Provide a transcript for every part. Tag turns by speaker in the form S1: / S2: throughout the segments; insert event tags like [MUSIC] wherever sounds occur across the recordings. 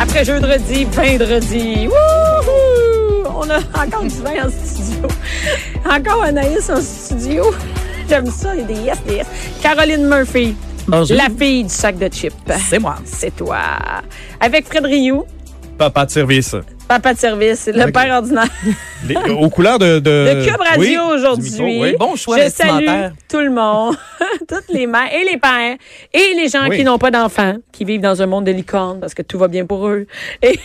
S1: Après jeudi, vendredi, wouhou! On a encore du vin en studio. Encore Anaïs en studio. J'aime ça, il y a des yes, des yes. Caroline Murphy.
S2: Oh,
S3: Bonjour.
S1: La fille du sac de chips.
S3: C'est moi.
S1: C'est toi. Avec Fred Rioux,
S2: Papa de service.
S1: papa de service, le
S2: Ok.
S1: père ordinaire
S2: Les- euh, aux couleurs de. De,
S1: de Cube
S2: Euh, oui,
S1: Radio
S2: du micro,
S1: aujourd'hui.
S2: oui.
S3: Bon choix
S1: Je salue
S3: vestimentaire.
S1: tout le monde, [LAUGHS] toutes les mères et les pères et les gens
S2: Oui.
S1: qui n'ont pas d'enfants, qui vivent dans un monde de licornes parce que tout va bien pour eux. [LAUGHS] Et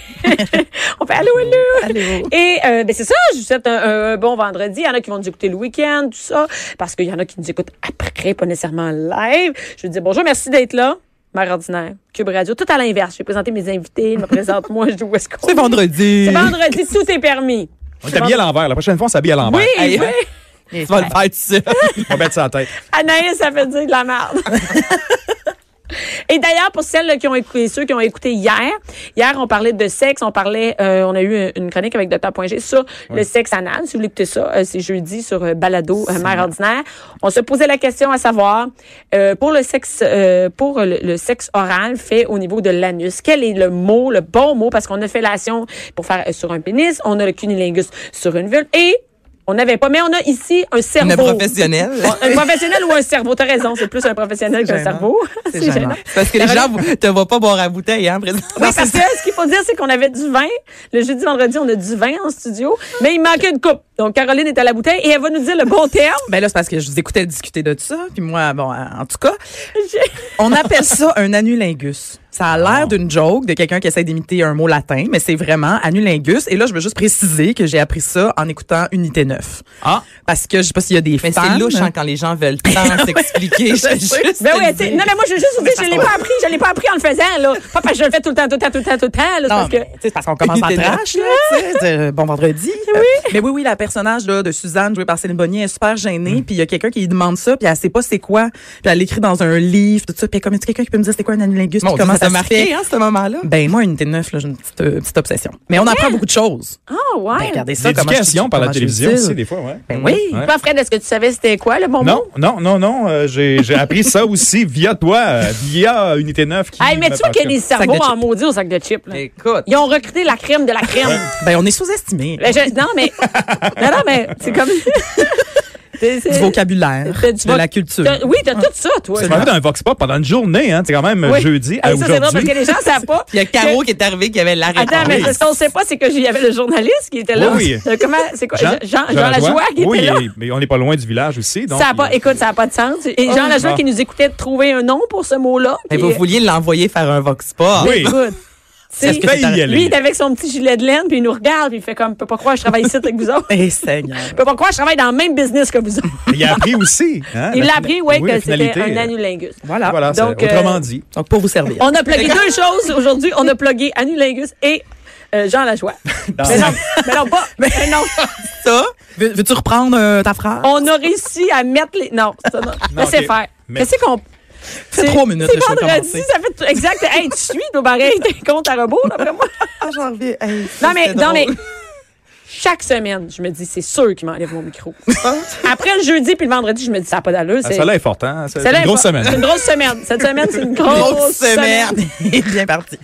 S1: on fait allô, allô.
S3: Allô.
S1: Et euh, ben c'est ça, je vous souhaite un, un- un bon vendredi. Il y en a qui vont nous écouter le week-end, tout ça, parce qu'il y en a qui nous écoutent après, pas nécessairement live. Je vous dis bonjour, merci d'être là. Mère ordinaire, Cube Radio, tout à l'inverse. Je vais présenter mes invités, ils me présentent [LAUGHS] moi, je dis où est-ce qu'on
S3: C'est vendredi.
S1: C'est vendredi, tout est permis.
S2: On est habillé à l'envers. La prochaine fois, on s'habille à l'envers.
S1: Oui,
S3: Hey,
S1: oui.
S3: Tu vas le faire, tu
S1: [LAUGHS]
S3: sais.
S2: On va mettre ça en tête.
S1: Anaïs, ça fait dire de la [LAUGHS] merde. Et d'ailleurs, pour celles là, qui ont écouté, ceux qui ont écouté hier, hier, on parlait de sexe, on parlait, euh, on a eu un- une chronique avec Dr. G sur le sexe anal. Si vous voulez écouter ça, euh, c'est jeudi sur euh, Balado, euh, Mère ordinaire. On se posait la question à savoir, euh, pour le sexe, euh, pour le, le sexe oral fait au niveau de l'anus, quel est le mot, le bon mot, parce qu'on a fellation pour faire euh, sur un pénis, on a le cunilingus sur une vulve et on n'avait pas, mais on a ici un cerveau.
S3: Une professionnelle.
S1: Un professionnel ou un cerveau? T'as raison, c'est plus un professionnel qu'un
S3: gênant.
S1: cerveau.
S3: [LAUGHS]
S1: [LAUGHS]
S3: C'est gênant. C'est Parce que les gens vous- te voient pas boire à bouteille, hein, présentement.
S1: Oui, parce que ce qu'il faut dire, c'est qu'on avait du vin. Le jeudi, vendredi, on a du vin en studio, mais il manquait une coupe. Donc, Caroline est à la bouteille et elle va nous dire le bon
S3: [LAUGHS]
S1: terme.
S3: Ben là, c'est parce que je vous écoutais discuter de tout ça, puis moi, bon, euh, en tout cas,
S1: J'ai-
S3: on appelle ça un anulingus. Ça a l'air d'une joke de quelqu'un qui essaie d'imiter un mot latin, mais c'est vraiment anulingus. Et là, je veux juste préciser que j'ai appris ça en écoutant Unité 9.
S2: Ah.
S3: Parce que je sais pas s'il y a des
S4: Mais
S3: fans.
S4: c'est louche hein, quand les gens veulent
S3: [LAUGHS]
S4: tant s'expliquer. Je
S3: Je sais.
S4: juste
S1: Ben
S4: te
S1: oui,
S4: le
S1: tu sais,
S4: dire.
S1: non, mais moi, je veux juste vous dire, je l'ai pas appris, je l'ai pas appris en le faisant, là. Pas parce que je le fais tout le temps, tout le temps, tout le temps, tout le temps, là. c'est
S3: Non,
S1: parce que.
S3: mais, tu sais, c'est parce qu'on commence par
S4: Unité
S3: trash, là, tu sais, de- bon vendredi. Euh, Mais oui, oui, la personnage là, de Suzanne, jouée par Céline Bonnier, est super gênée. Puis il y a quelqu'un qui lui demande ça, puis elle sait pas c'est quoi. Puis elle l'écrit dans un livre, tout ça. Puis elle est comme, est-ce quelqu'un qui peut me dire c'est quoi un anulingus?
S4: Mon
S3: Puis
S4: Dieu,
S3: comment
S4: ça
S3: ça
S4: t'a
S3: se
S4: marqué,
S3: fait?
S4: hein, ce moment-là?
S3: Ben moi, Unité 9, là, j'ai une petite, euh, petite obsession. Mais on apprend beaucoup de choses.
S1: Ah, ouais.
S3: Ben, regardez ça, comment je
S2: L'éducation
S3: suis-
S2: par la
S3: comment je suis
S2: télévision
S3: utile.
S2: aussi, des fois, ouais.
S3: Ben oui.
S2: Ouais.
S1: Toi, Fred, est-ce que tu savais c'était quoi, le bon
S2: Non,
S1: mot?
S2: non, non, non. euh, J'ai j'ai appris ça aussi via toi, euh, via Unité 9. Qui
S1: Hey, mais
S2: me
S1: tu vois qu'il y a des
S2: parle.
S1: cerveaux
S3: de
S1: en
S3: chips.
S1: maudit au sac de chips, là.
S4: Écoute.
S1: Ils ont recruté la crème de la crème.
S3: Ben on est sous-estimé.
S1: Ben, je- non, mais. non, non, mais c'est comme. C'est- c'est-
S3: Du vocabulaire,
S1: T'as du
S3: de
S1: voc-
S3: la culture.
S1: t'as- Oui,
S4: Ah.
S1: t'as tout ça, toi.
S2: Tu m'as vu d'un Vox Pop pendant une journée, hein. C'est quand même euh,
S1: Oui.
S2: jeudi
S1: Ah,
S2: à
S1: ça, c'est vrai, parce
S2: aujourd'hui.
S1: que les gens savent
S2: [LAUGHS]
S1: pas.
S4: Il y a Caro qui est arrivé qui avait la réponse.
S1: Attends, mais
S2: Ah oui.
S1: ce qu'on sait pas, c'est que j'y avait le journaliste qui était là.
S2: Oui, oui.
S1: Euh, Comment, c'est quoi? Jean, Jean, Jean
S2: Lajoie.
S1: Lajoie qui
S2: Oui,
S1: était là.
S2: et- mais on n'est pas loin du village aussi. Donc,
S1: ça a pas,
S2: il- Oh. Ah.
S1: écoute, ça n'a pas de sens. Et Jean Lajoie qui nous écoutait de trouver un nom pour ce mot-là.
S4: Mais
S1: puis,
S4: vous
S1: euh,
S4: vouliez l'envoyer faire un vox pop.
S2: Ah Oui.
S1: écoute,
S2: Ça
S1: tu
S2: se fait
S1: sais,
S2: y aller.
S1: lui, il est avec son petit gilet de laine, puis il nous regarde, puis il fait comme, peut pas croire que je travaille ici avec vous autres. [LAUGHS]
S3: Eh, Seigneur.
S1: peut pas croire que je travaille dans le même business que vous autres.
S2: Il a appris aussi. hein,
S1: Il
S2: la-
S1: l'a appris, ouais,
S2: Ah, la
S1: que c'était
S2: finalité,
S1: un
S2: euh,
S1: anulingus.
S3: Voilà.
S2: Voilà, c'est-
S1: Donc, euh, [LAUGHS]
S2: autrement dit.
S3: Donc pour vous servir.
S1: On a plugué deux choses aujourd'hui. On a plugué Anulingus et euh, Jean Lajoie.
S2: Ah,
S1: Mais non, mais non, pas. Mais non.
S3: Ça, veux- veux-tu reprendre euh, ta phrase?
S1: On a réussi à mettre les. Non, ça, non. laissez
S2: ok.
S1: faire.
S2: Mais-
S1: Qu'est-ce qu'on.
S3: fait trois minutes,
S1: C'est
S3: le show a
S1: vendredi,
S3: commencé.
S1: ça fait. Exact. Hey, tu suis, toi, pareil. T'es compte à rebours, d'après moi.
S3: Ah, j'en reviens. Hey,
S1: Non, mais.
S3: c'était
S1: Non, mais.
S3: drôle. [LAUGHS]
S1: Chaque semaine, je me dis, c'est sûr qu'ils m'enlèvent mon micro.
S3: Ah.
S1: Après le jeudi puis le vendredi, je me dis, ça n'a pas d'allure.
S2: Ah,
S1: c'est-
S2: Celle-là est forte, hein. C'est c'est
S1: celle-là
S2: une
S1: est
S2: grosse
S1: pas- C'est une [LAUGHS]
S2: semaine.
S1: grosse semaine. Cette semaine, c'est une grosse,
S3: Grosse
S1: semaine.
S3: semaine. [LAUGHS] Il est bien parti.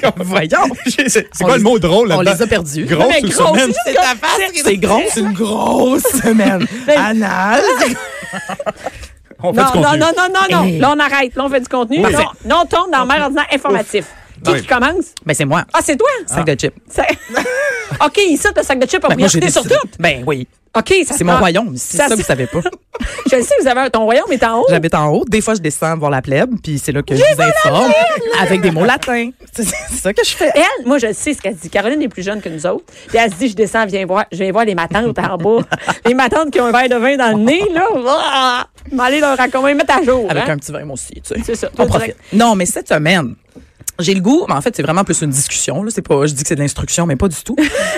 S3: Comme voyons.
S2: C'est c'est
S3: On
S2: quoi
S3: les-
S2: le mot drôle
S3: on
S2: là-dedans?
S3: les a perdus.
S2: Grosse
S1: Mais
S2: ou
S1: grosse,
S2: semaine?
S1: c'est
S3: C'est ta face. C'est Ben- gros, c'est une grosse [LAUGHS] semaine. Anal.
S2: On fait
S1: Non,
S2: du
S1: non,
S2: contenu.
S1: non, non, non, non.
S3: Hey.
S1: Là, on arrête. Là, on fait du contenu.
S2: Oui.
S1: Là, on- là, on tombe dans Mère ordinaire informatif. Qui,
S2: Oui.
S1: qui commence?
S3: Ben c'est moi.
S1: Ah, c'est toi?
S3: Sac de chips.
S1: Ça-
S3: [LAUGHS]
S1: OK, ici, le sac de chips a
S3: Ben, moi j'ai
S1: priorité sur
S3: décidé.
S1: tout.
S3: Ben oui.
S1: OK, ça se
S3: C'est mon
S1: prend-
S3: royaume. ici.
S1: Ça
S3: ça
S1: se-
S3: vous savez pas.
S1: [LAUGHS] Je le sais, vous avez un- ton royaume est en haut.
S3: J'habite en haut. Des fois je descends voir la plèbe, puis c'est là que je vous informe avec des mots latins. C'est c'est ça que je fais.
S1: Elle, moi, je sais ce qu'elle dit. Caroline est plus jeune que nous autres. Puis elle se dit, je descends, viens voir, je viens voir les matantes en
S3: [LAUGHS]
S1: bas. les matantes qui ont un verre de vin dans le nez, là. Ah! M'aller leur raconter, mettre à jour.
S3: Avec
S1: hein.
S3: un petit vin moi aussi, tu sais.
S1: C'est ça.
S3: On
S1: Toi,
S3: profite.
S1: direct.
S3: Non, mais cette semaine, J'ai le goût, mais en fait, c'est vraiment plus une discussion. Là. C'est pas, je dis que c'est de l'instruction, mais pas du
S1: [LAUGHS]
S3: tout.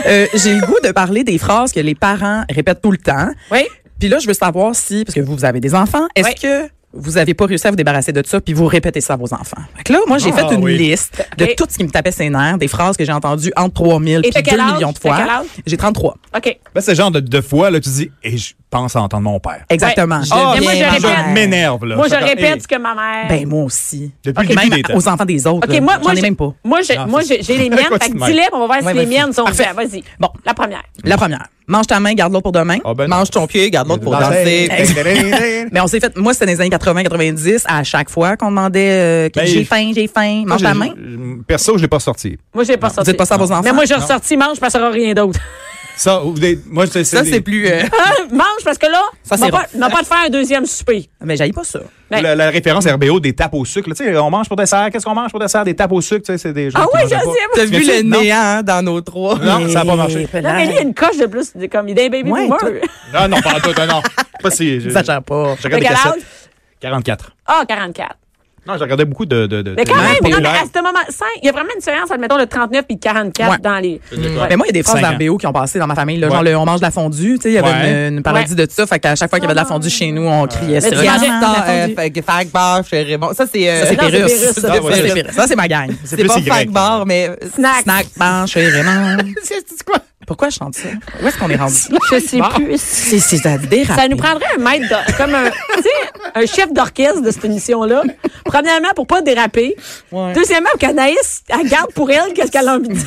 S3: Euh, j'ai le goût de parler des phrases que les parents répètent tout le temps.
S1: Oui.
S3: Puis là, je veux savoir si, parce que vous, vous avez des enfants, est-ce
S1: Oui.
S3: que vous n'avez pas réussi à vous débarrasser de ça, puis vous répétez ça à vos enfants. Fait que là, moi, j'ai
S2: Ah,
S3: fait une
S2: oui.
S3: liste de
S1: Ok.
S3: tout ce qui me tapait ses nerfs, des phrases que j'ai entendues entre 3000
S1: Et
S3: puis
S1: t'as
S3: 2
S1: quel âge?
S3: millions de
S1: T'as
S3: fois.
S1: quel âge?
S3: J'ai 33.
S1: OK.
S2: Ben, c'est le genre de, de fois, là, tu dis, et je pense entendre mon père.
S3: Exactement.
S4: Ouais.
S3: Je
S4: Ah,
S2: mais
S1: Oh, moi,
S2: ça,
S1: je répète.
S2: m'énerve, là.
S1: Moi, je
S2: C'est comme,
S1: répète
S2: hey,
S1: ce que ma mère.
S3: Ben moi aussi.
S2: Depuis le
S3: Ok.
S2: début
S3: Même
S2: des temps.
S3: aux enfants des autres.
S1: OK,
S3: là.
S1: moi, moi,
S3: J'en ai
S1: j'ai-
S3: même pas.
S1: Moi, j'ai,
S2: Non,
S1: moi,
S2: c'est-
S1: j'ai, j'ai
S3: [LAUGHS]
S1: les miennes.
S2: Quoi,
S1: fait
S2: tu
S1: que
S2: te
S1: dis-les, puis on va voir si
S4: Ouais,
S1: les
S4: vas-y.
S1: miennes sont vraies.
S3: Parfait.
S1: Vas-y.
S3: Bon.
S1: La première.
S3: La première. Mange ta main, garde-la pour demain.
S2: Ah, ben non.
S4: Mange ton pied, garde l'autre pour
S2: Danser.
S4: danser.
S2: [LAUGHS]
S3: Mais on s'est fait, moi, c'était dans les années 80, 90, à chaque fois qu'on demandait, euh, que
S2: Ben,
S3: j'ai
S2: je-
S3: faim, j'ai faim, mange ta main.
S2: Perso, je l'ai pas sorti.
S1: Moi, j'ai pas sorti.
S3: dites pas ça à vos enfants?
S1: Mais moi, j'ai
S3: Non.
S1: ressorti mange parce qu'il n'y aura rien d'autre.
S2: Ça, ou des- moi, c'est
S4: Ça,
S2: des-
S4: c'est plus. [LAUGHS] euh,
S1: [LAUGHS] mange parce que là,
S3: Ça,
S1: m'a
S3: c'est
S1: pas,
S3: rough.
S1: m'a pas de faire un deuxième souper.
S3: Mais j'aille pas ça.
S1: Ben-
S2: La, la référence RBO des tapes au sucre. là. Tu sais, on mange pour dessert. Qu'est-ce qu'on mange pour dessert? Des tapes au sucre. tu sais, C'est des gens
S1: Ah
S2: qui
S1: oui,
S2: mangent
S1: je
S2: pas.
S1: sais,
S4: T'as
S2: Tu
S4: vu
S2: viens-tu?
S4: le néant dans nos trois?
S2: Non, non ça n'a pas marché.
S1: Non, mais lui, il y a une coche de plus, de- comme il est un baby
S3: Ouais,
S1: boomer. [LAUGHS]
S3: toi.
S2: Ah, Non, non, pas en tout. Non, non. [LAUGHS] Pas si. je-
S3: Ça gère pas.
S2: je regarde des
S1: T'as quel âge?
S2: cassettes. 44.
S1: Ah, 44.
S2: Non, j'ai regardé beaucoup de. de, de
S1: Mais quand
S2: de-
S1: même, non, mais
S2: populaires.
S1: à ce moment, cinq, il y a vraiment une différence, admettons, le 39 et le 44
S3: Ouais.
S1: dans les.
S2: Ouais.
S3: Mais moi, il y a des phrases
S2: Cinq ans.
S3: d'RBO qui ont passé dans ma famille. Là,
S2: Ouais.
S3: Genre, le, on mange de la fondue. Tu sais, il y avait
S2: Ouais.
S3: une, une parodie de ça. Fait qu'à chaque fois qu'il y avait de la fondue chez nous, on criait
S1: Mais
S3: ça.
S1: tu
S4: Regarde
S1: mangeais-
S4: ça,
S1: t'as
S4: euh,
S1: entendu.
S4: fait- Fag bar chez Raymond. Ça, c'est. euh,
S3: Ça, c'est
S1: Non, c'est
S3: Pérus.
S1: Pérus, ça.
S3: Ça,
S2: Ah, ouais,
S3: c'est
S2: ça.
S3: Pérus. Ça, c'est ma gang.
S4: C'est
S2: C'est plus
S4: pas
S2: Y.
S4: Fag bar, mais.
S1: Snack.
S3: Snack, mange, chez Raymond.
S4: C'est quoi?
S3: Pourquoi je chante ça? Où est-ce qu'on est rendu?
S1: Je sais plus.
S3: C'est, c'est à déraper.
S1: Ça nous prendrait un maître, d'or- comme un, [LAUGHS] tu sais, un chef d'orchestre de cette émission-là. Premièrement, pour pas déraper.
S3: Ouais.
S1: Deuxièmement, pour qu'Anaïs, elle garde pour elle qu'est-ce qu'elle a envie de dire.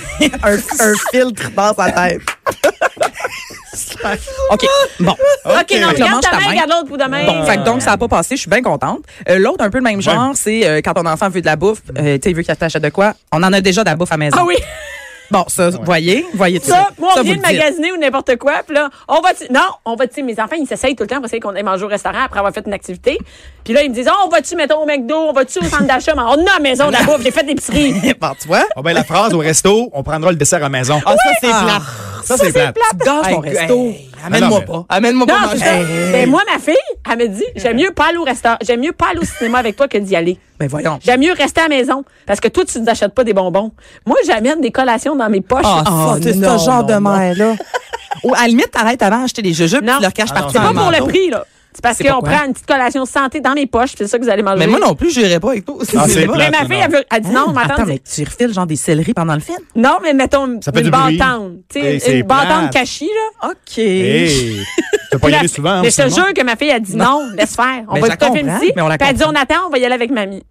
S4: [LAUGHS]
S3: un, un filtre dans sa tête. [LAUGHS] OK. Bon.
S1: OK, non,
S2: Donc,
S3: là,
S1: regarde
S3: mange
S1: ta
S3: ta
S1: main,
S3: main.
S1: regarde l'autre pour demain. euh,
S3: Bon, fait que donc, ça n'a pas passé. Je suis bien contente. Euh, L'autre, un peu le même genre, c'est euh, quand ton enfant veut de la bouffe, euh, tu sais, il veut qu'il t'achète de quoi. On en a déjà de la bouffe à la maison.
S1: Ah oui,
S3: Bon, ça, voyez, voyez tout
S1: ça, moi, on
S3: vous
S1: vient de
S3: le dites.
S1: magasiner ou n'importe quoi, puis là, on va Non, on va, tu sais, mes enfants, ils s'essayent tout le temps, parce qu'on aille manger au restaurant après avoir fait une activité. Puis là, ils me disent, oh, on va-tu, mettons, au McDo, on va-tu au centre d'achat, Mais on a à la maison de la bouffe, j'ai
S4: [LAUGHS]
S1: fait l'épicerie.
S3: [LAUGHS] Bon, tu vois?
S2: Ah ben, la phrase au resto, on prendra le dessert à la maison.
S4: Ah, ça, c'est
S3: Ah.
S4: plat.
S2: ça, c'est plate.
S3: Tu gâches ton
S4: Hey,
S3: resto.
S4: hey, Amène-moi
S2: Ah non,
S4: pas. Amène-moi
S1: Non,
S4: pas
S1: c'est
S4: manger.
S1: ça. Ben, moi, ma fille, elle me dit, j'aime mieux pas aller au restaurant, j'aime mieux pas aller au cinéma avec toi que d'y aller.
S3: Ben voyons.
S1: J'aime mieux rester à la maison, parce que toi, tu nous achètes pas des bonbons. Moi, j'amène des collations dans mes poches.
S4: Ah,
S3: Oh,
S4: c'est
S3: non,
S4: ce genre
S3: non,
S4: de
S3: non.
S4: mère-là. Ou à la limite, t'arrêtes avant d'acheter des jujubes, puis
S1: Non.
S4: tu leur
S2: Ah,
S4: caches partout
S1: C'est
S4: dans
S1: pas pour
S4: le
S1: le
S4: manteau.
S1: prix, là. C'est parce
S3: C'est
S1: qu'on
S3: pourquoi?
S1: prend une petite collation santé dans mes poches, puis c'est ça que vous allez manger.
S4: Mais moi non plus, j'irai pas avec toi.
S2: Ah,
S4: C'est
S2: c'est
S4: pas-
S2: plat.
S1: Mais ma fille, elle, veut, elle dit non, mais attends,
S3: Hein? Attends, mais tu refiles genre des céleris pendant le film?
S1: non, mais mettons
S2: Ça fait
S1: une
S2: du bruit.
S1: bâtonne. Tu
S2: Et
S1: sais,
S2: c'est
S1: une bâtonne
S2: plate.
S1: cachie, là.
S3: OK.
S2: Hey, tu peux pas y aller
S1: La-
S2: souvent. hein,
S1: mais
S2: au
S1: je te
S2: cinéma?
S1: jure que ma fille, elle dit non, laisse faire. On
S3: Mais
S1: va
S3: je la
S1: écouter un film
S3: comprends,
S1: ici.
S3: mais on la
S1: Puis elle dit on
S3: comprend.
S1: attend, on va y aller avec mamie.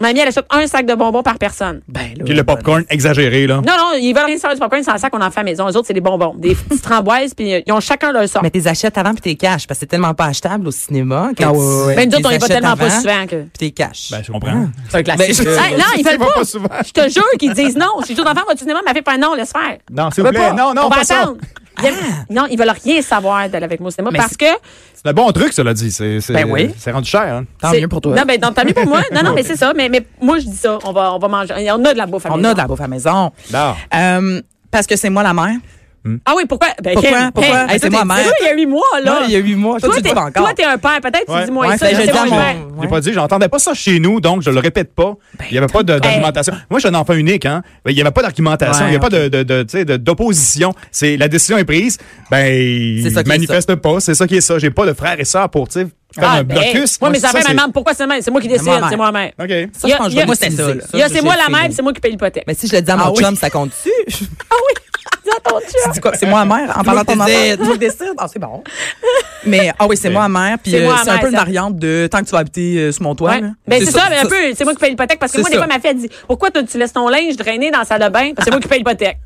S1: Mamie, elle achète un sac de bonbons par personne.
S3: Ben, là,
S2: Puis le popcorn exagéré, là.
S1: Non, non, ils veulent rien savoir du popcorn, c'est un sac qu'on en fait à la maison. Eux autres, c'est des bonbons. Des petites framboises, puis euh, ils ont chacun leur sort.
S4: Mais t'es achètes avant puis t'es caches parce que c'est tellement pas achetable au cinéma. que
S3: Ah, ouais, ouais, ouais.
S4: tu-
S1: Ben, nous autres,
S4: t'es
S1: on y va
S4: achètes
S1: tellement pas
S4: avant,
S1: souvent que.
S4: Puis t'es caches.
S2: Ben, je comprends.
S3: C'est un classique.
S4: Ben, je-
S1: Hey, Ah, non, ils
S2: Tu
S1: veulent
S2: vas
S1: pas.
S2: pas souvent.
S1: Je te jure qu'ils disent non. Si je dis aux enfants, vas-tu cinéma? Ma fille fait non, laisse faire.
S2: Non, s'il
S1: On
S2: vous
S1: veut
S2: plaît.
S1: pas.
S2: Non, non,
S1: on va
S2: pas ça.
S1: attendre. Ils aiment-
S3: Ah.
S1: Non, ils veulent rien savoir d'aller avec moi au cinéma parce que.
S2: C'est un bon truc, cela dit. C'est, c'est,
S3: Ben oui.
S2: C'est rendu cher. hein.
S3: Tant
S1: c'est-
S3: mieux pour toi.
S1: Non, ben, donc, tant mieux pour moi. Non, non, mais c'est ça. Mais, mais moi, je dis ça. On va, on va manger. On a de la bouffe à
S3: On
S1: maison.
S3: a de la bouffe à la maison.
S2: Non.
S3: Euh, parce que c'est moi la mère.
S1: Ah oui, pourquoi? Ben,
S3: Pourquoi?
S1: Ken,
S3: Pourquoi?
S1: Ken,
S3: Hey, c'est
S1: toi,
S3: moi,
S1: t'es-
S3: mère.
S1: toi, il y a huit mois, là.
S4: Moi, il y a huit mois.
S1: Toi,
S4: tu
S1: t'es,
S4: dis pas encore.
S1: toi, t'es un père. Peut-être tu
S2: Ouais.
S1: dis moi
S3: Ouais,
S1: ça.
S4: fait,
S1: Ben, je
S4: je
S1: sais
S4: dis à
S1: pas,
S4: mon-
S1: père.
S2: Ben, Je l'ai pas dit, j'entendais pas ça chez nous, donc je le répète pas.
S1: Ben,
S2: il y avait pas de- d'argumentation. Moi, je suis un enfant unique, hein. Ben, Il y avait pas d'argumentation,
S3: Ouais,
S2: il y a pas de, de, de, tu sais, de- d'opposition. C'est, la décision est prise, ben,
S4: C'est ça
S2: il
S4: qui est
S2: manifeste pas, c'est ça qui est ça. J'ai pas de frères et sœurs pour, tu sais, faire
S1: Ah,
S2: un
S1: ben,
S2: blocus.
S1: Moi, mes
S2: ça,
S1: enfants
S2: c'est-
S1: me demandent pourquoi c'est ma mère. C'est moi qui décide.
S3: ma mère.
S1: C'est moi la mère.
S2: OK.
S4: Ça, je pense que je
S1: Il y a-
S4: vais l'utiliser,
S3: moi,
S4: ça.
S1: Il y a,
S4: Je
S1: c'est
S4: sais
S1: moi
S4: le
S1: la
S4: feeling.
S1: mère, puis c'est moi qui paye l'hypothèque.
S4: Mais si je le dis à mon
S3: Ah oui.
S4: chum, ça
S3: [LAUGHS]
S4: compte-tu?
S1: Ah oui! [LAUGHS] Dis à ton chum.
S3: Tu dis quoi? C'est moi la mère? En parlant de ton enfant?
S4: décide.
S3: Je décide. Ah, c'est bon. Mais, ah oui, c'est moi la mère. Puis
S1: C'est
S3: euh,
S1: moi la
S3: c'est un
S1: mère,
S3: peu une
S1: ça.
S3: variante de tant que tu vas habiter euh, sur mon toit.
S1: Ouais.
S3: là.
S1: Ben, c'est ça, mais un
S4: ça.
S1: peu, c'est moi qui paye l'hypothèque. Parce que
S4: C'est
S1: moi, des
S4: ça.
S1: fois, ma fille, elle dit Pourquoi toi, tu laisses ton linge drainer dans la salle de bain? Parce que c'est moi qui paye l'hypothèque.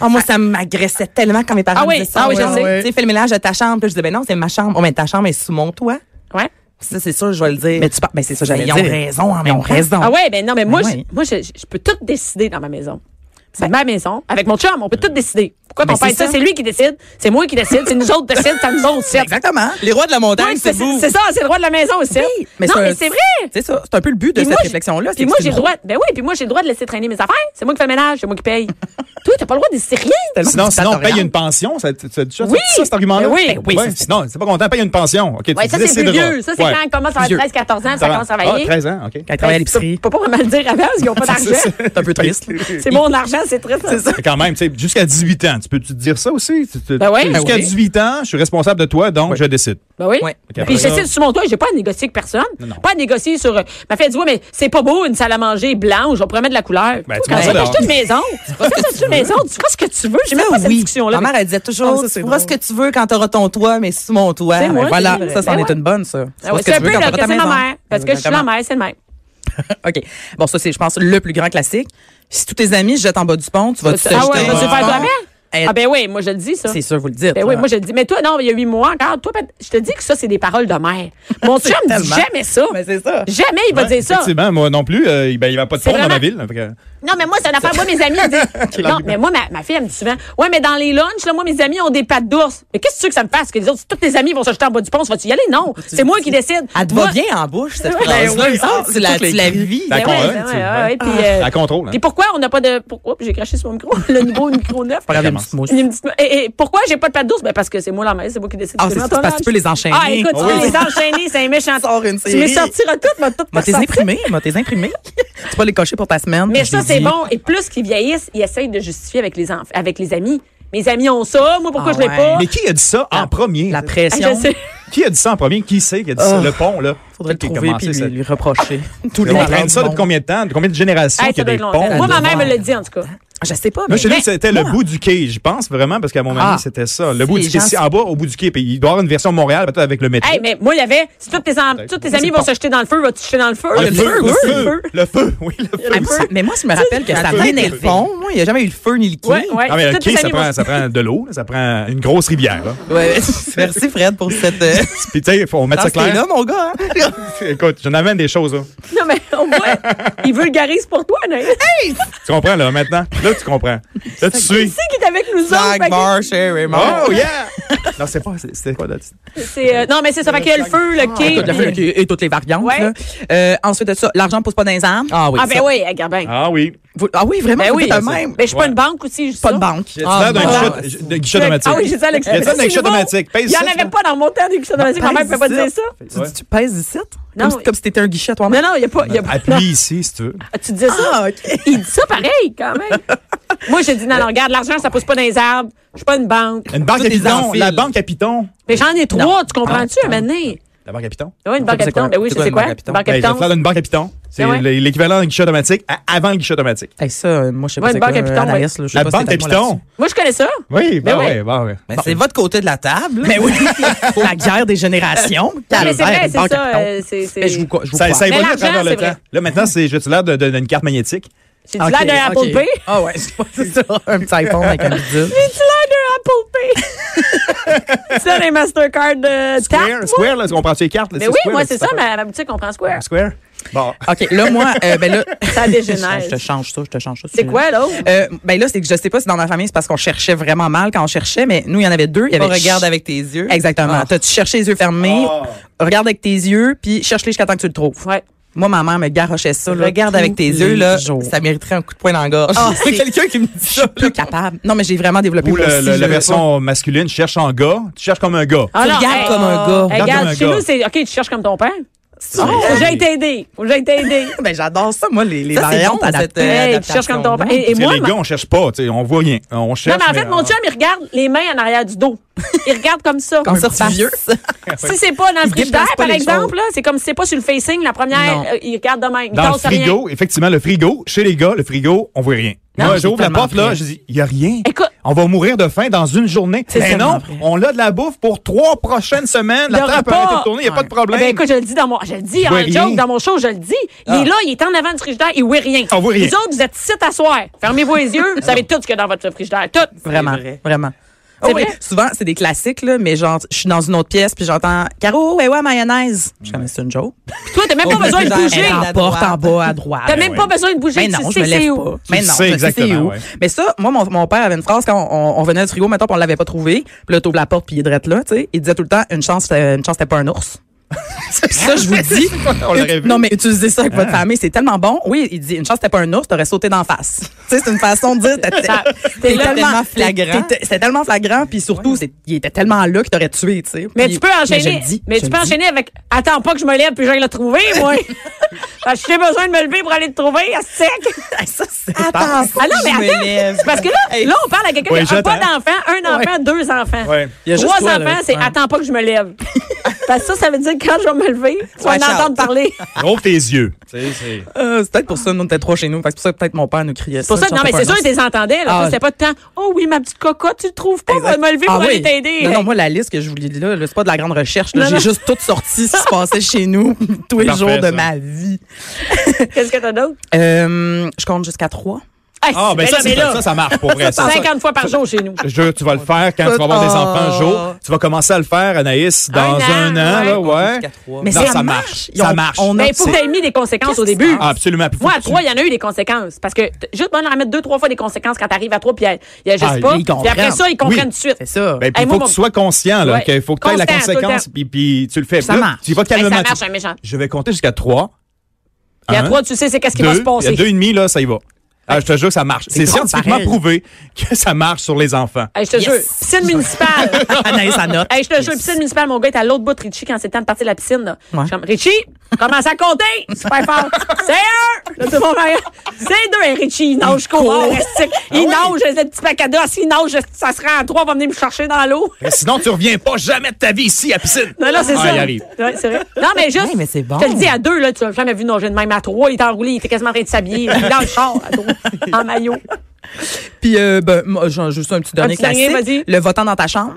S4: Ah, moi, ça m'agressait tellement quand mes parents
S1: Ah oui,
S4: me disaient ça.
S1: ah oui, je
S4: Ouais,
S1: sais.
S4: ouais. Tu sais, fais le ménage de ta chambre. Puis là, je disais, ben non, c'est ma chambre. Oh, mais ta chambre est sous mon toit.
S1: Ouais.
S4: Ça, c'est sûr, je vais le dire.
S3: Mais tu parles, ben, c'est ça, j'allais
S4: Mais ils
S3: dire.
S4: ont raison, en
S3: Mais ils
S4: même
S3: ont
S4: temps.
S3: raison.
S1: Ah ouais, ben non, mais moi,
S3: Ah
S1: je-
S3: ouais.
S1: moi je, je peux tout décider dans ma maison. C'est ma maison, avec mon chum, on peut tout décider. Pourquoi
S4: Ben,
S1: ton père
S4: c'est
S1: dit ça?
S4: ça.
S1: C'est lui qui décide, c'est moi qui décide, c'est nous autres qui décident, c'est nous autres c'est-
S3: Exactement.
S4: Les rois de la
S1: Ouais,
S4: montagne,
S1: c'est
S4: c'est
S1: c'est-
S4: vous.
S1: c'est ça, c'est le droit de la maison aussi.
S3: mais
S1: non,
S3: c'est un-
S1: mais c'est vrai.
S3: C'est ça. C'est un peu le but de
S1: Puis
S3: cette
S1: moi, j'ai-
S3: réflexion-là.
S1: Puis
S3: c'est
S1: moi,
S3: que
S1: j'ai
S3: c'est
S1: le droit. Ben oui, puis moi, j'ai le droit de laisser traîner mes affaires. C'est moi qui fais le ménage, c'est moi qui paye. Toi, t'as pas le droit de décider rien.
S2: Sinon, sinon,
S4: dictatorial.
S2: paye une pension. Ça, tu, tu as déjà
S1: Oui.
S2: sorti ça, cet argument-là?
S1: Ben oui. Ben oui,
S2: Ouais, Non, c'est pas content, paye une pension. OK,
S1: Ouais,
S2: tu
S1: ça, c'est plus
S2: décideras.
S1: vieux. Ça, c'est
S2: Ouais.
S1: quand elle commence à
S3: Vieux.
S1: avoir 13, 14 ans, ça
S2: va.
S1: commence à
S2: Ah,
S1: travailler. Ben,
S2: 13 ans, OK.
S4: Quand elle travaille à
S1: Tu
S4: l'épicerie,
S1: peux pas vraiment le dire avant parce qu'ils ont pas d'argent.
S4: c'est un peu triste.
S1: C'est mon argent, c'est triste. C'est ça.
S2: Mais Quand même, tu sais, jusqu'à 18 ans, tu peux-tu te dire ça aussi? Tu- tu-
S1: Ben ouais.
S2: Jusqu'à
S4: Ben oui.
S2: 18 ans, je suis responsable de toi, donc je décide.
S1: Ben oui.
S4: Ouais.
S2: Ok, après
S1: Puis
S2: ça-
S1: j'essaie de sur mon toit, j'ai pas à négocier avec personne.
S2: non.
S1: Pas à négocier sur. euh, Ma fille elle dit Ouais, mais c'est pas beau une salle à manger blanche, on pourrait mettre de la couleur. Toi,
S2: Ben, tu
S1: quand
S2: manges
S1: tu
S2: ça
S1: vas
S2: dehors.
S1: t'acheter une maison, tu vas t'acheter une maison, tu feras ce que tu veux.
S3: Ben
S1: J'ai même pas cette discussion-là.
S4: Ma mère, elle disait toujours,
S3: Ah, ça,
S4: tu
S3: c'est
S4: feras ce
S3: drôle.
S4: que tu veux quand t'auras ton toit, mais sous mon toit.
S1: C'est moi.
S4: Ouais.
S3: Voilà,
S1: c'est-
S3: ça, c'en
S1: ben
S3: est
S1: ouais.
S3: une bonne, ça. Tu
S1: Ah ouais,
S3: vois ce que
S1: c'est un
S3: tu veux
S1: peu
S3: quand
S1: là
S3: t'auras
S1: que
S3: ta
S1: c'est ma
S3: maison.
S1: mère. Parce que je suis la mère, c'est le même.
S3: OK. Bon, ça, c'est, je pense, le plus grand classique. Si tous tes amis se jettent en bas du pont, tu vas te jeter
S1: Ah ouais,
S4: jeter
S1: vas-tu
S4: un
S1: faire
S4: bâton.
S1: toi
S3: Eh,
S1: Ah ben oui, moi je le dis ça.
S3: C'est sûr, vous le dites.
S1: Ben oui,
S3: là.
S1: moi je le dis. Mais toi, non, il y a huit mois encore. Toi, Pat, je te dis que ça, c'est des paroles de mère.
S3: [LAUGHS]
S1: Mon chum dit
S3: tellement.
S1: jamais ça.
S3: Mais c'est ça.
S1: Jamais il va
S2: Ouais,
S1: dire ça.
S2: Effectivement, moi non plus, euh, ben, il n'y avait pas de
S1: C'est
S2: pont dans ma
S1: vraiment-
S2: ville. Fait que-
S1: Non, mais moi, c'est une affaire. Moi, mes amis, elles disent. non, mais moi, ma, ma fille, elle me dit souvent. Ouais, mais dans les lunchs, là, moi, mes amis ont des pattes d'ours. Mais qu'est-ce que tu veux que ça me fasse? Que les autres, tous tes amis vont se jeter en bas du pont. Vas-tu y aller? Non. C'est moi qui décide.
S4: Elle te
S1: Moi-
S4: va bien en bouche, cette
S1: Ouais.
S4: phrase-là.
S1: Ben oui,
S4: Ah,
S3: c'est
S4: Tu la-
S3: toutes les
S4: tu la
S3: cris.
S4: vis.
S1: Ben
S2: La
S1: ouais,
S2: contrôle,
S1: ben ouais,
S2: tu-
S1: ouais, ouais, puis, euh,
S2: La contrôle. hein.
S1: Puis pourquoi on n'a pas de. pour- Oups, j'ai craché sur mon micro, [LAUGHS] le nouveau micro neuf.
S3: Pas grave, une
S2: Commence.
S3: petite mousse.
S1: Une petite- Et, et pourquoi j'ai pas de pattes d'ours? Ben parce que c'est moi la mère, c'est moi qui décide.
S4: Ah,
S1: de
S4: c'est-
S1: mon
S4: c'est parce que tu peux les
S1: entourage.
S4: enchaîner.
S1: Ah, écoute, tu
S2: Oui.
S1: peux les enchaîner, c'est un méchant.
S3: Sors une
S1: Tu les
S3: série.
S1: sortiras toutes, va tout
S3: M'a
S1: te
S3: tes
S1: sortir.
S3: imprimés, m'a tes imprimés. tu vas les cocher pour ta semaine.
S1: Mais
S3: je
S1: ça,
S3: l'ai
S1: c'est
S3: dit.
S1: bon. Et plus qu'ils vieillissent, ils essayent de justifier avec les, enf- avec les amis. Mes amis ont ça, moi, pourquoi
S4: Ah
S1: je l'ai
S4: ouais.
S1: pas?
S2: Mais qui a dit ça en premier?
S3: La
S1: Ah,
S3: pression.
S1: je sais.
S2: Qui a dit ça en premier? Qui c'est qui a dit ça? Le pont, là.
S3: Faudrait le
S2: Qui a
S3: trouver
S2: commencé
S3: puis lui,
S2: ça?
S1: [LAUGHS]
S3: lui reprocher. Tout
S2: On traîne ça depuis combien de temps? De combien de générations
S1: Hey,
S2: qu'il y
S1: ça doit
S2: a des
S1: être longtemps.
S2: ponts?
S1: Moi, ma
S3: Elle
S1: mère
S3: doit
S1: me le
S3: faire.
S1: dit, en tout cas.
S3: Je sais pas.
S2: Moi, chez
S3: mais-
S2: nous, c'était le bout du quai, je pense vraiment, parce qu'à mon
S3: Ah.
S2: avis, c'était ça. Le
S3: Si
S2: bout
S3: les
S2: du quai,
S3: gens
S2: si,
S3: se-
S2: en bas, au bout du quai. Puis il doit y avoir une version Montréal, peut-être avec le métro.
S1: Hey, mais moi, il y avait. Si tous tes, am- tous tes amis vont se jeter dans le feu, vas-tu te jeter dans le feu?
S2: Ah, le, feu, le feu, le feu, oui, le feu.
S1: Le feu.
S3: Mais moi, je me rappelle que
S2: la
S3: ça
S2: tour
S3: m'énervait.
S2: de feu.
S3: Moi, il n'y a jamais eu le feu ni le quai.
S1: Ouais, ouais.
S2: Ah, mais le
S1: Tous tes
S2: quai, ça
S1: amis vont-
S2: prend, ça prend de l'eau, là, ça prend une grosse rivière. là.
S4: Ouais.
S1: [LAUGHS]
S3: Merci, Fred, pour cette. Euh,
S2: Puis, tu sais, faut mettre ça
S3: parce que t'es
S2: clair.
S3: là,
S1: [LAUGHS]
S3: mon gars. hein.
S2: Écoute, j'en amène des choses, là.
S1: Non, mais on voit. Il vulgarise pour toi, Anaïs.
S2: Tu comprends, là, maintenant? Là, tu comprends. Là, tu suis.
S1: C'est qui est avec nous autres. fait
S4: Black
S1: que-
S4: bar, Sherry, Mar.
S2: Oh, yeah! Non, c'est pas, c'est- c'était quoi, là?
S1: c'est, euh, non, mais c'est ça. Fait qu'il y a le feu, le quai.
S3: Écoute, le feu, le quai et toutes les variantes.
S1: Ouais.
S3: là. Euh, ensuite de ça, l'argent ne pousse pas dans les arbres. Ah oui.
S1: Ah, ben oui, regarde bien.
S2: Ah oui.
S3: Vous- Ah oui, vraiment,
S1: Ben
S3: vous
S1: oui.
S3: êtes un même.
S1: Ben, je suis pas une banque aussi. je suis
S3: Pas
S1: ça.
S3: de banque.
S2: J'ai l'air d'un
S3: Ah,
S2: guichet- d'un guichet automatique.
S1: Ah oui, j'ai dit à
S2: Il y a ça dans les guichets automatiques. Pèse
S1: Il n'y
S2: ça,
S1: en avait
S2: tu
S1: pas dans mon temps des guichets automatiques. Ma mère ne peut pas
S3: Pèse
S1: dire
S3: ça.
S1: ça.
S2: Ouais.
S3: Tu, tu pèses ici?
S1: Non,
S3: Comme, si- comme si t'étais un guichet
S1: Non,
S3: toi-même.
S1: non, il n'y a pas. il y a-
S2: Appuie ici, si tu veux.
S1: Ah, tu dis ça?
S3: Ah, OK.
S1: Il dit ça pareil, quand même. Moi, j'ai dit, non, non, regarde, l'argent, ça pousse pas dans les arbres. Je suis pas une banque.
S2: Une banque
S3: Tout
S2: à
S3: est
S2: piton.
S3: en fil.
S2: La banque à piton.
S1: Mais j'en ai trois, tu comprends-tu, à maintenant?
S2: La banque à piton?
S1: Oui, une banque à
S3: C'est
S1: piton.
S3: quoi?
S1: Ben oui,
S3: C'est
S1: je
S3: quoi
S1: sais
S3: une
S1: quoi.
S3: banque à piton?
S1: Une banque à
S2: Ben, ça
S1: piton.
S2: te l'air d'une banque à piton. C'est
S1: Ben ouais.
S2: l- l'équivalent d'un guichet automatique à- avant le guichet automatique.
S3: Hey, ça, euh, moi, je sais pas
S1: Ouais,
S3: c'est
S1: une
S3: quoi.
S1: banque à piton,
S3: euh, Anaïs, là, je sais
S2: La
S3: pas si
S2: banque
S3: t'es
S2: à
S3: avec moi là-dessus.
S2: piton?
S1: Moi, je connais ça.
S2: Oui, ben
S1: Ben ouais.
S2: ouais, ben ouais.
S4: Ben, c'est votre côté de la table.
S3: Mais oui, [LAUGHS] la guerre des [LAUGHS] générations.
S1: Non, mais c'est
S3: Calvaire,
S1: vrai,
S3: une banque
S1: c'est
S3: à
S1: ça.
S3: piton.
S1: euh, c'est- c'est-
S3: Mais je vous crois- je vous
S2: Ça,
S3: crois.
S2: ça
S1: Mais
S2: évolue à
S1: l'argent,
S2: travers le
S1: c'est
S2: temps.
S1: vrai.
S2: Là, maintenant, c'est j'ai l'air de- de- d'une carte magnétique.
S1: J'ai du l'air d'un
S3: OK,
S1: Apple
S3: OK.
S1: Pay.
S3: Ah ouais, c'est pas- c'est ça, un petit iPhone avec
S1: [LAUGHS]
S3: un bidule.
S1: J'ai du l'air d'un Apple Pay. C'est dans les Mastercard de
S2: Square, Square, là, on prend les cartes. là,
S1: Mais oui,
S2: Square,
S1: moi,
S2: là,
S1: c'est ça, ma ma boutique, on prend Square.
S2: Square. Bon.
S3: OK, là, moi, euh, ben là.
S1: Ça dégénère.
S3: [LAUGHS] Je te change ça, je te change ça.
S1: C'est quoi, l'autre?
S3: Euh, ben là, c'est que je sais pas si dans ma famille, c'est parce qu'on cherchait vraiment mal quand on cherchait, mais nous, il y en avait deux. Il y
S4: On
S3: avait
S4: regarde avec tes yeux.
S3: Exactement.
S4: Ah.
S3: T'as-tu cherché les yeux fermés?
S2: Ah.
S3: Regarde avec tes yeux, puis cherche-les jusqu'à temps que tu le trouves.
S1: Ouais.
S3: Moi, ma mère me garochait ça. là,
S4: Regarde
S3: tous
S4: avec tes
S3: les
S4: yeux, là.
S3: jours.
S4: Ça mériterait un coup de poing dans la gorge. [LAUGHS]
S3: Ah,
S4: C'est quelqu'un qui me dit ça.
S3: Je suis plus capable. Non, mais j'ai vraiment développé
S2: Ou
S3: moi
S2: le-
S3: aussi,
S2: le-
S3: je-
S2: la version masculine, tu cherches en gars, tu cherches comme un gars.
S1: Ah
S3: Tu
S1: non,
S3: regardes
S1: hey,
S3: comme un
S1: hey,
S3: gars.
S2: Regarde
S1: regarde,
S2: comme un
S1: chez
S2: gars.
S1: nous, c'est OK, tu cherches comme ton père.
S2: Ah,
S1: Faut que
S2: oui.
S1: j'aille t'aider. Faut que j'aille t'aider.
S3: Ben, j'adore [LAUGHS] ça, moi, les, les
S4: Ça, c'est
S3: variantes
S4: bon,
S3: adaptées.
S4: cette, euh,
S1: Hey, tu
S4: adaptation,
S1: cherches comme ton
S4: non?
S1: père. Et, et
S2: Parce que
S1: moi,
S2: les
S1: ma-
S2: gars, on cherche pas, tu sais, on voit rien. On
S1: non,
S2: cherche.
S1: mais en fait, mon chum, il regarde les mains en arrière du dos. Il regarde comme ça.
S3: Comme
S4: Un
S3: ça,
S4: petit
S3: face.
S4: vieux.
S3: [LAUGHS]
S1: Si c'est pas dans le
S3: Il
S1: frigidaire,
S3: déplace pas
S1: par
S3: les
S1: exemple,
S3: choses.
S1: là, c'est comme si c'est pas sur le facing, la première,
S3: Non.
S1: euh, il regarde de même. Il
S2: Dans le
S1: tasse rien.
S2: frigo, effectivement, le frigo, chez les gars, le frigo, on voit rien.
S3: Non,
S2: Moi,
S3: c'est
S2: j'ouvre la
S3: tellement
S2: porte, là,
S3: vrai.
S2: je dis, il n'y a rien.
S1: Écoute.
S2: On va mourir de faim dans une journée. Mais
S3: tellement
S2: non,
S3: vrai.
S2: on a de la bouffe pour trois prochaines semaines. La
S1: Le
S2: trappe
S1: repas.
S2: a été tournée, il n'y a pas de
S1: Eh
S2: problème.
S1: Ben écoute, je le dis dans mon, je le dis
S2: Je
S1: en
S2: vois rien.
S1: joke dans mon show, je le dis. Il
S3: Ah.
S1: est là, il est en avant du frigidaire, il voit rien.
S2: Ah, On voit rien.
S3: [LAUGHS]
S1: Vous autres, vous êtes ici à soir. Fermez vos yeux, vous savez tout ce qu'il y a dans votre frigidaire, tout.
S3: Vraiment, vraiment.
S1: C'est
S3: Oh oui.
S1: vrai?
S3: Souvent, c'est des classiques, là, mais genre, je suis dans une autre pièce, puis j'entends Caro, ouais, ouais, mayonnaise. Je suis comme, c'est une joke.
S1: Puis toi, t'as même pas
S3: Oh,
S1: besoin de
S3: genre,
S1: bouger.
S3: [LAUGHS] elle emporte en bas à droite.
S1: T'as même
S2: ouais.
S1: pas besoin de bouger.
S3: Mais
S1: tu
S3: ben non,
S1: sais
S3: je me
S1: c'est
S3: lève
S1: où.
S3: pas. Mais
S2: Tu
S3: non,
S2: sais
S3: je sais c'est
S2: exactement,
S3: où.
S2: ouais.
S3: Mais ça, moi, mon, mon père avait une phrase quand on, on venait du frigo, mettons, puis on l'avait pas trouvé, puis là, t'ouvres la porte, puis il est drette là, tu sais. Il disait tout le temps, une chance, euh, une chance, c'était pas un ours. [LAUGHS] ça, je vous
S2: [LAUGHS]
S1: [LAUGHS]
S3: dis.
S2: On l'aurait vu. Ah.
S3: Non, mais utilisez ça avec votre famille, c'est tellement bon. Oui, il dit, une chance, t'es pas un ours, t'aurais sauté d'en face. [LAUGHS] tu sais, c'est une façon de dire, t'es- t'es
S1: Ça-
S3: t'es
S1: t'es là
S4: tellement
S3: t'es- t'es-
S4: flagrant.
S3: t'es- C'était tellement flagrant, puis surtout, c'est- il était tellement là qu'il t'aurait tué, tu sais.
S1: Mais
S3: Puis-
S1: tu peux
S3: je le
S1: enchaîner.
S3: dis,
S1: Mais
S3: je
S1: tu
S3: le
S1: peux
S3: dis. [LAUGHS]
S1: enchaîner avec Attends pas que je me lève puis je vais le trouver, moi. Parce que j'ai besoin de me lever pour aller le trouver à sec.
S3: Ah, Ça, c'est
S4: Attends,
S1: Ah non, mais
S4: je me
S1: attends.
S4: lève.
S1: C'est Parce que là, là, on parle à quelqu'un
S2: Ouais,
S1: qui a pas
S2: j'attends.
S1: d'enfant, un enfant, deux enfants.
S2: Ouais.
S3: Il y a juste
S1: Trois
S3: toi, là.
S1: enfants, c'est
S3: Ouais.
S1: Attends pas que je me
S3: [LAUGHS]
S1: lève. Parce que ça, ça veut dire que quand je vais me lever, tu vas
S4: Watch
S1: en entendre
S4: out.
S3: [LAUGHS]
S1: parler.
S2: Ouvre tes yeux. Tu sais, c'est-
S3: Euh, c'est peut-être pour ça, nous, on était trois chez nous. Fait que C'est pour ça que peut-être mon père nous criait
S1: C'est
S3: ça.
S1: pour ça,
S3: Une
S1: non,
S3: chance,
S1: mais
S3: t'as
S1: c'est
S3: pas
S1: sûr
S3: un
S1: que t'es entendais, là.
S3: Ah.
S1: C'était pas de temps. Oh oui, ma petite cocotte, tu le trouves pas, on va
S3: Exact.
S1: me lever
S3: Ah
S1: pour aller
S3: oui.
S1: t'aider.
S3: Non, non, moi, la liste que je vous lis là, là, c'est pas de la grande recherche. là.
S1: Non,
S3: J'ai
S1: non.
S3: juste tout sorti ce qui se passait chez nous [LAUGHS] tous les
S2: Parfait,
S3: jours de
S2: ça.
S3: ma vie.
S1: Qu'est-ce que t'as d'autre?
S3: Euh, je compte jusqu'à trois.
S2: Ah, ben
S1: mais
S2: ça,
S1: là,
S2: c'est
S1: mais là,
S2: ça, ça marche pour vrai.
S1: [LAUGHS]
S2: Ça, ça-
S1: 50 fois par jour chez nous.
S2: Je te jure, tu vas le faire quand tu vas avoir des enfants un jour. Tu vas commencer à le faire, Anaïs,
S1: Oh.
S2: dans
S1: Un
S2: un,
S1: an,
S2: an, là, ouais.
S4: Jusqu'à trois.
S3: Mais
S2: Non,
S3: ça
S2: ça
S3: marche.
S2: marche.
S3: Ils ont-
S2: Ça marche.
S3: on a-
S1: Mais il faut que tu mis des conséquences au début.
S2: Ah, Absolument. Puis faut
S1: Moi,
S2: que
S1: à
S2: tu-
S1: trois, il y en a eu des conséquences. Parce que t- juste bon, en mettre deux, trois fois des conséquences quand t'arrives à trois, puis il y a juste
S2: Ah,
S1: pas.
S3: ils
S1: Puis après
S3: comprennent.
S1: ça, ils comprennent
S2: Oui.
S1: tout de suite.
S3: C'est ça.
S2: Ben, puis
S1: Hey,
S2: faut
S1: moi,
S2: que
S1: mon-
S2: tu sois conscient, là,
S1: Ouais.
S2: qu'il faut que tu aies la
S1: Constant, tout le
S2: conséquence,
S1: temps.
S2: puis, puis tu le fais.
S3: Ça
S2: Puis là,
S3: marche.
S2: Tu vas
S1: Hey,
S2: calmement.
S1: ça
S2: Tu-
S1: marche, un méchant.
S2: Je vais compter jusqu'à trois.
S1: Puis à
S2: Un,
S1: trois, tu sais, c'est qu'est-ce qui
S2: deux,
S1: va se passer.
S2: puis à deux et demi, là, ça y va. Ah, je te jure que ça marche. C'est
S3: drôle,
S2: scientifiquement
S3: pareil.
S2: prouvé que ça marche sur les enfants.
S1: Hey, je te jure, piscine municipale.
S3: [LAUGHS] Anaïs, ça note.
S1: Hey, je te jure, piscine municipale, mon gars est à l'autre bout de Richie quand c'est le temps de partir de la piscine. Là.
S3: Ouais.
S1: Je suis comme, Richie, commence à compter. Super fort. C'est un. Là, tout le monde regarde. C'est deux. Hey, Richie, il nage court. Il nage, le petit pack à dos. S'il nage, ça sera à trois, va venir me chercher dans l'eau.
S2: Mais sinon, tu reviens pas jamais de ta vie ici à piscine.
S1: Non, là, c'est
S2: Ah,
S1: ça.
S2: il arrive.
S1: Ouais, c'est vrai. Non, mais juste.
S4: Hey, mais c'est bon.
S1: Je te le dis, à deux, là, tu l'as jamais vu nager de même. À trois, il était enroulé, il était quasiment en train de s'habiller. Il est dans le char, à trois, en maillot.
S3: Puis, euh, ben, moi, j'en- juste un petit dernier
S1: petit dernier,
S3: classique.
S1: vas-y.
S3: le votant dans ta chambre.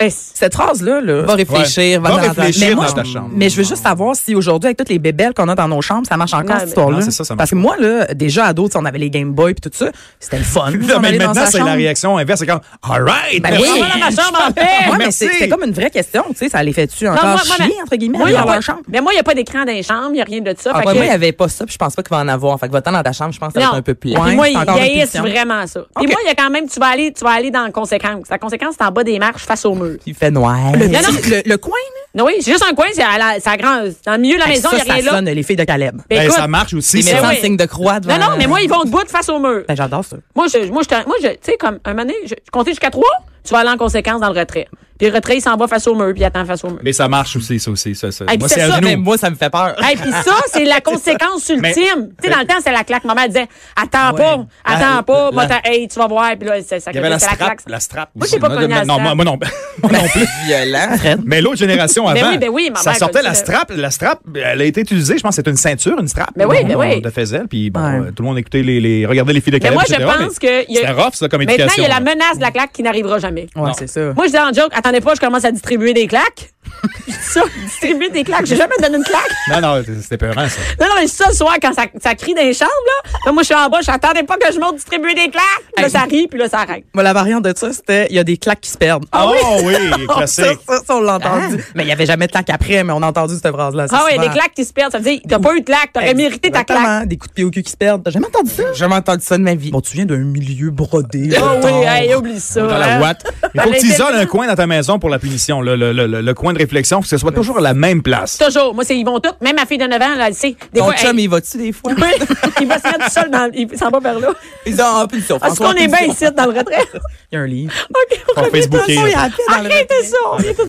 S1: Eh, c'est-
S3: Cette phrase-là, là,
S4: Va réfléchir,
S2: Ouais.
S4: va,
S2: Va
S4: dans- dans-
S2: réfléchir
S4: Mais moi,
S2: dans
S4: je-
S2: ta chambre.
S3: Mais je veux juste savoir si aujourd'hui, avec toutes les bébelles qu'on a dans nos chambres, ça marche encore
S1: Non,
S3: cette
S1: mais-
S3: histoire-là.
S2: Non, c'est ça, ça marche
S3: Parce que moi, là, déjà ado, tu sais, on avait les Game Boy et tout ça, c'était le fun.
S2: Non,
S3: On
S2: mais
S3: allait dans
S2: maintenant,
S3: sa
S2: c'est la
S3: chambre.
S2: réaction inverse. C'est comme, all right,
S3: Ben
S2: merci.
S3: oui.
S1: On va dans ma chambre en paix.
S3: Ouais, mais
S2: Merci.
S3: c'est- c'était comme une vraie question, tu sais, ça les fait-tu
S1: Non,
S3: encore
S1: moi- moi,
S3: chier,
S1: ma-
S3: entre guillemets,
S1: moi, il y a
S3: dans
S1: pas-
S3: leur chambre?
S1: Mais moi, il n'y a pas d'écran dans les chambres, il n'y a rien de ça.
S4: Ah,
S1: Fait
S4: ouais,
S1: que-
S4: moi, il n'y avait pas ça, puis je pense pas qu'il va en avoir. Fait que va-t'en dans ta chambre, je pense que ça va être un peu plus.
S1: Puis moi,
S3: Ouais, c'est encore une
S1: il haïssent
S3: punition.
S1: vraiment ça. Puis
S3: Ok.
S1: moi, il y a quand même, tu vas aller, tu vas aller dans la conséquence. La conséquence, c'est en bas des marches face au mur.
S4: Il fait noir.
S3: Le,
S1: Non, non.
S3: petit- le- le coin, là,
S1: Non, oui, c'est juste un coin, c'est à la, c'est à grand, dans le milieu de la maison, il
S3: ça,
S1: n'y a
S3: ça
S1: rien là.
S3: sonne les filles de Caleb.
S1: Ben,
S2: Ben,
S1: écoute,
S2: ça marche aussi.
S4: Il met
S2: ça.
S4: ça en
S1: oui.
S4: signe de croix devant.
S1: non,
S3: euh,
S1: non, mais moi, ils vont de bout de face au mur.
S3: Ben, j'adore ça.
S1: Moi, je, moi, je, moi, je, tu sais, comme, un moment donné, je, je comptais jusqu'à trois, tu vas aller en conséquence dans le retrait. Puis le retrait, il s'en va face au mur, puis il attend face au mur.
S2: Mais ça marche aussi, ça aussi. Ça, ça.
S1: Hey,
S2: Moi,
S1: puis
S2: c'est
S1: c'est
S2: à
S1: ça,
S2: genoux.
S4: Même moi, ça me fait peur. [LAUGHS]
S1: Et puis ça, c'est la
S2: [LAUGHS]
S1: conséquence ultime. Tu sais, dans le temps, c'est la claque. Maman elle disait, attends pas, attends
S2: La-
S1: pas, moi,
S2: Ah, la-
S1: t'as- hey, tu vas voir. Puis là, c'est ça.
S2: Il y avait la
S1: c'est
S2: strap.
S1: claque.
S2: La strap.
S1: Moi, j'ai pas
S2: aussi.
S1: connu la
S2: Non, moi
S1: strap.
S2: moi non [LAUGHS] moi non plus.
S4: Violent.
S2: Mais l'autre génération
S1: Ben
S2: avant,
S1: oui, ben oui, ma
S2: ça
S1: mère,
S2: sortait
S1: elle
S2: la
S1: disait-
S2: strap. La strap, elle a été utilisée, je pense, c'est une ceinture, une strap.
S1: Ben oui, ben
S2: On-
S1: oui.
S2: on De Faisel, puis bon,
S3: Ouais.
S2: euh, tout le monde écoutait les, les regardait les filles de
S1: Mais
S2: Caleb,
S1: moi, je
S2: etc.,
S1: pense
S2: mais
S1: que. il y a-
S2: C'était rough, ça, comme
S1: Maintenant,
S2: éducation.
S1: il y a la
S2: là.
S1: menace de la claque qui n'arrivera jamais.
S3: Ouais, c'est ça.
S1: Moi, je dis en joke, attendez pas, je commence à distribuer des claques. [LAUGHS] Je dis ça, distribuer des claques. J'ai jamais donné une claque.
S2: Non, non, c'était peurant, ça.
S1: Non, non, mais ça, le soir, quand ça, ça crie dans les chambres, là, là, moi, je suis en bas, je dis, attendez pas que je monte distribuer des claques. Là,
S3: Hey.
S1: ça rit, puis là, ça arrête.
S3: Moi, la variante de ça, c'était il y a des claques qui se perdent.
S1: Ah
S3: [LAUGHS]
S2: oh oui,
S1: [LAUGHS]
S2: classique.
S3: Ça, ça, ça, on l'a entendu. Mais il n'y avait jamais de claque après, mais on a entendu cette phrase-là.
S1: Ah ouais, des claques qui se perdent. Ça veut dire, t'as pas eu de claque, t'aurais mérité ta claque.
S3: Des coups de pied au cul qui se perdent. T'as jamais entendu ça?
S4: J'ai jamais entendu ça de ma vie.
S3: Bon, tu viens d'un milieu brodé.
S1: Ah
S3: bâtard.
S1: oui, hey, oublie ça.
S2: Dans la
S1: hein.
S2: ouate. Il faut
S1: Elle
S2: que tu
S1: était-
S2: isoles un coin dans ta maison pour la punition, le, le, le, le- le coin de réflexion, faut que ce soit toujours à la même place.
S1: Toujours. Moi, c'est, ils vont tous, même ma fille de 9 ans, là, elle sait. Des
S4: Ton
S1: fois,
S4: chum,
S1: oh, hey,
S4: il va-tu des
S1: [LAUGHS]
S4: fois?
S1: oui, il va se mettre tout seul dans, il s'en va vers là. Ah,
S4: Ils
S3: ah,
S4: ont un peu de
S1: Est-ce qu'on est bien ici, dans le retrait? [LAUGHS]
S3: Il y a un livre.
S1: OK, on
S2: Pas
S1: revient tout
S2: Facebooker.
S1: ça. Arrêtez ça, on revient tout de suite.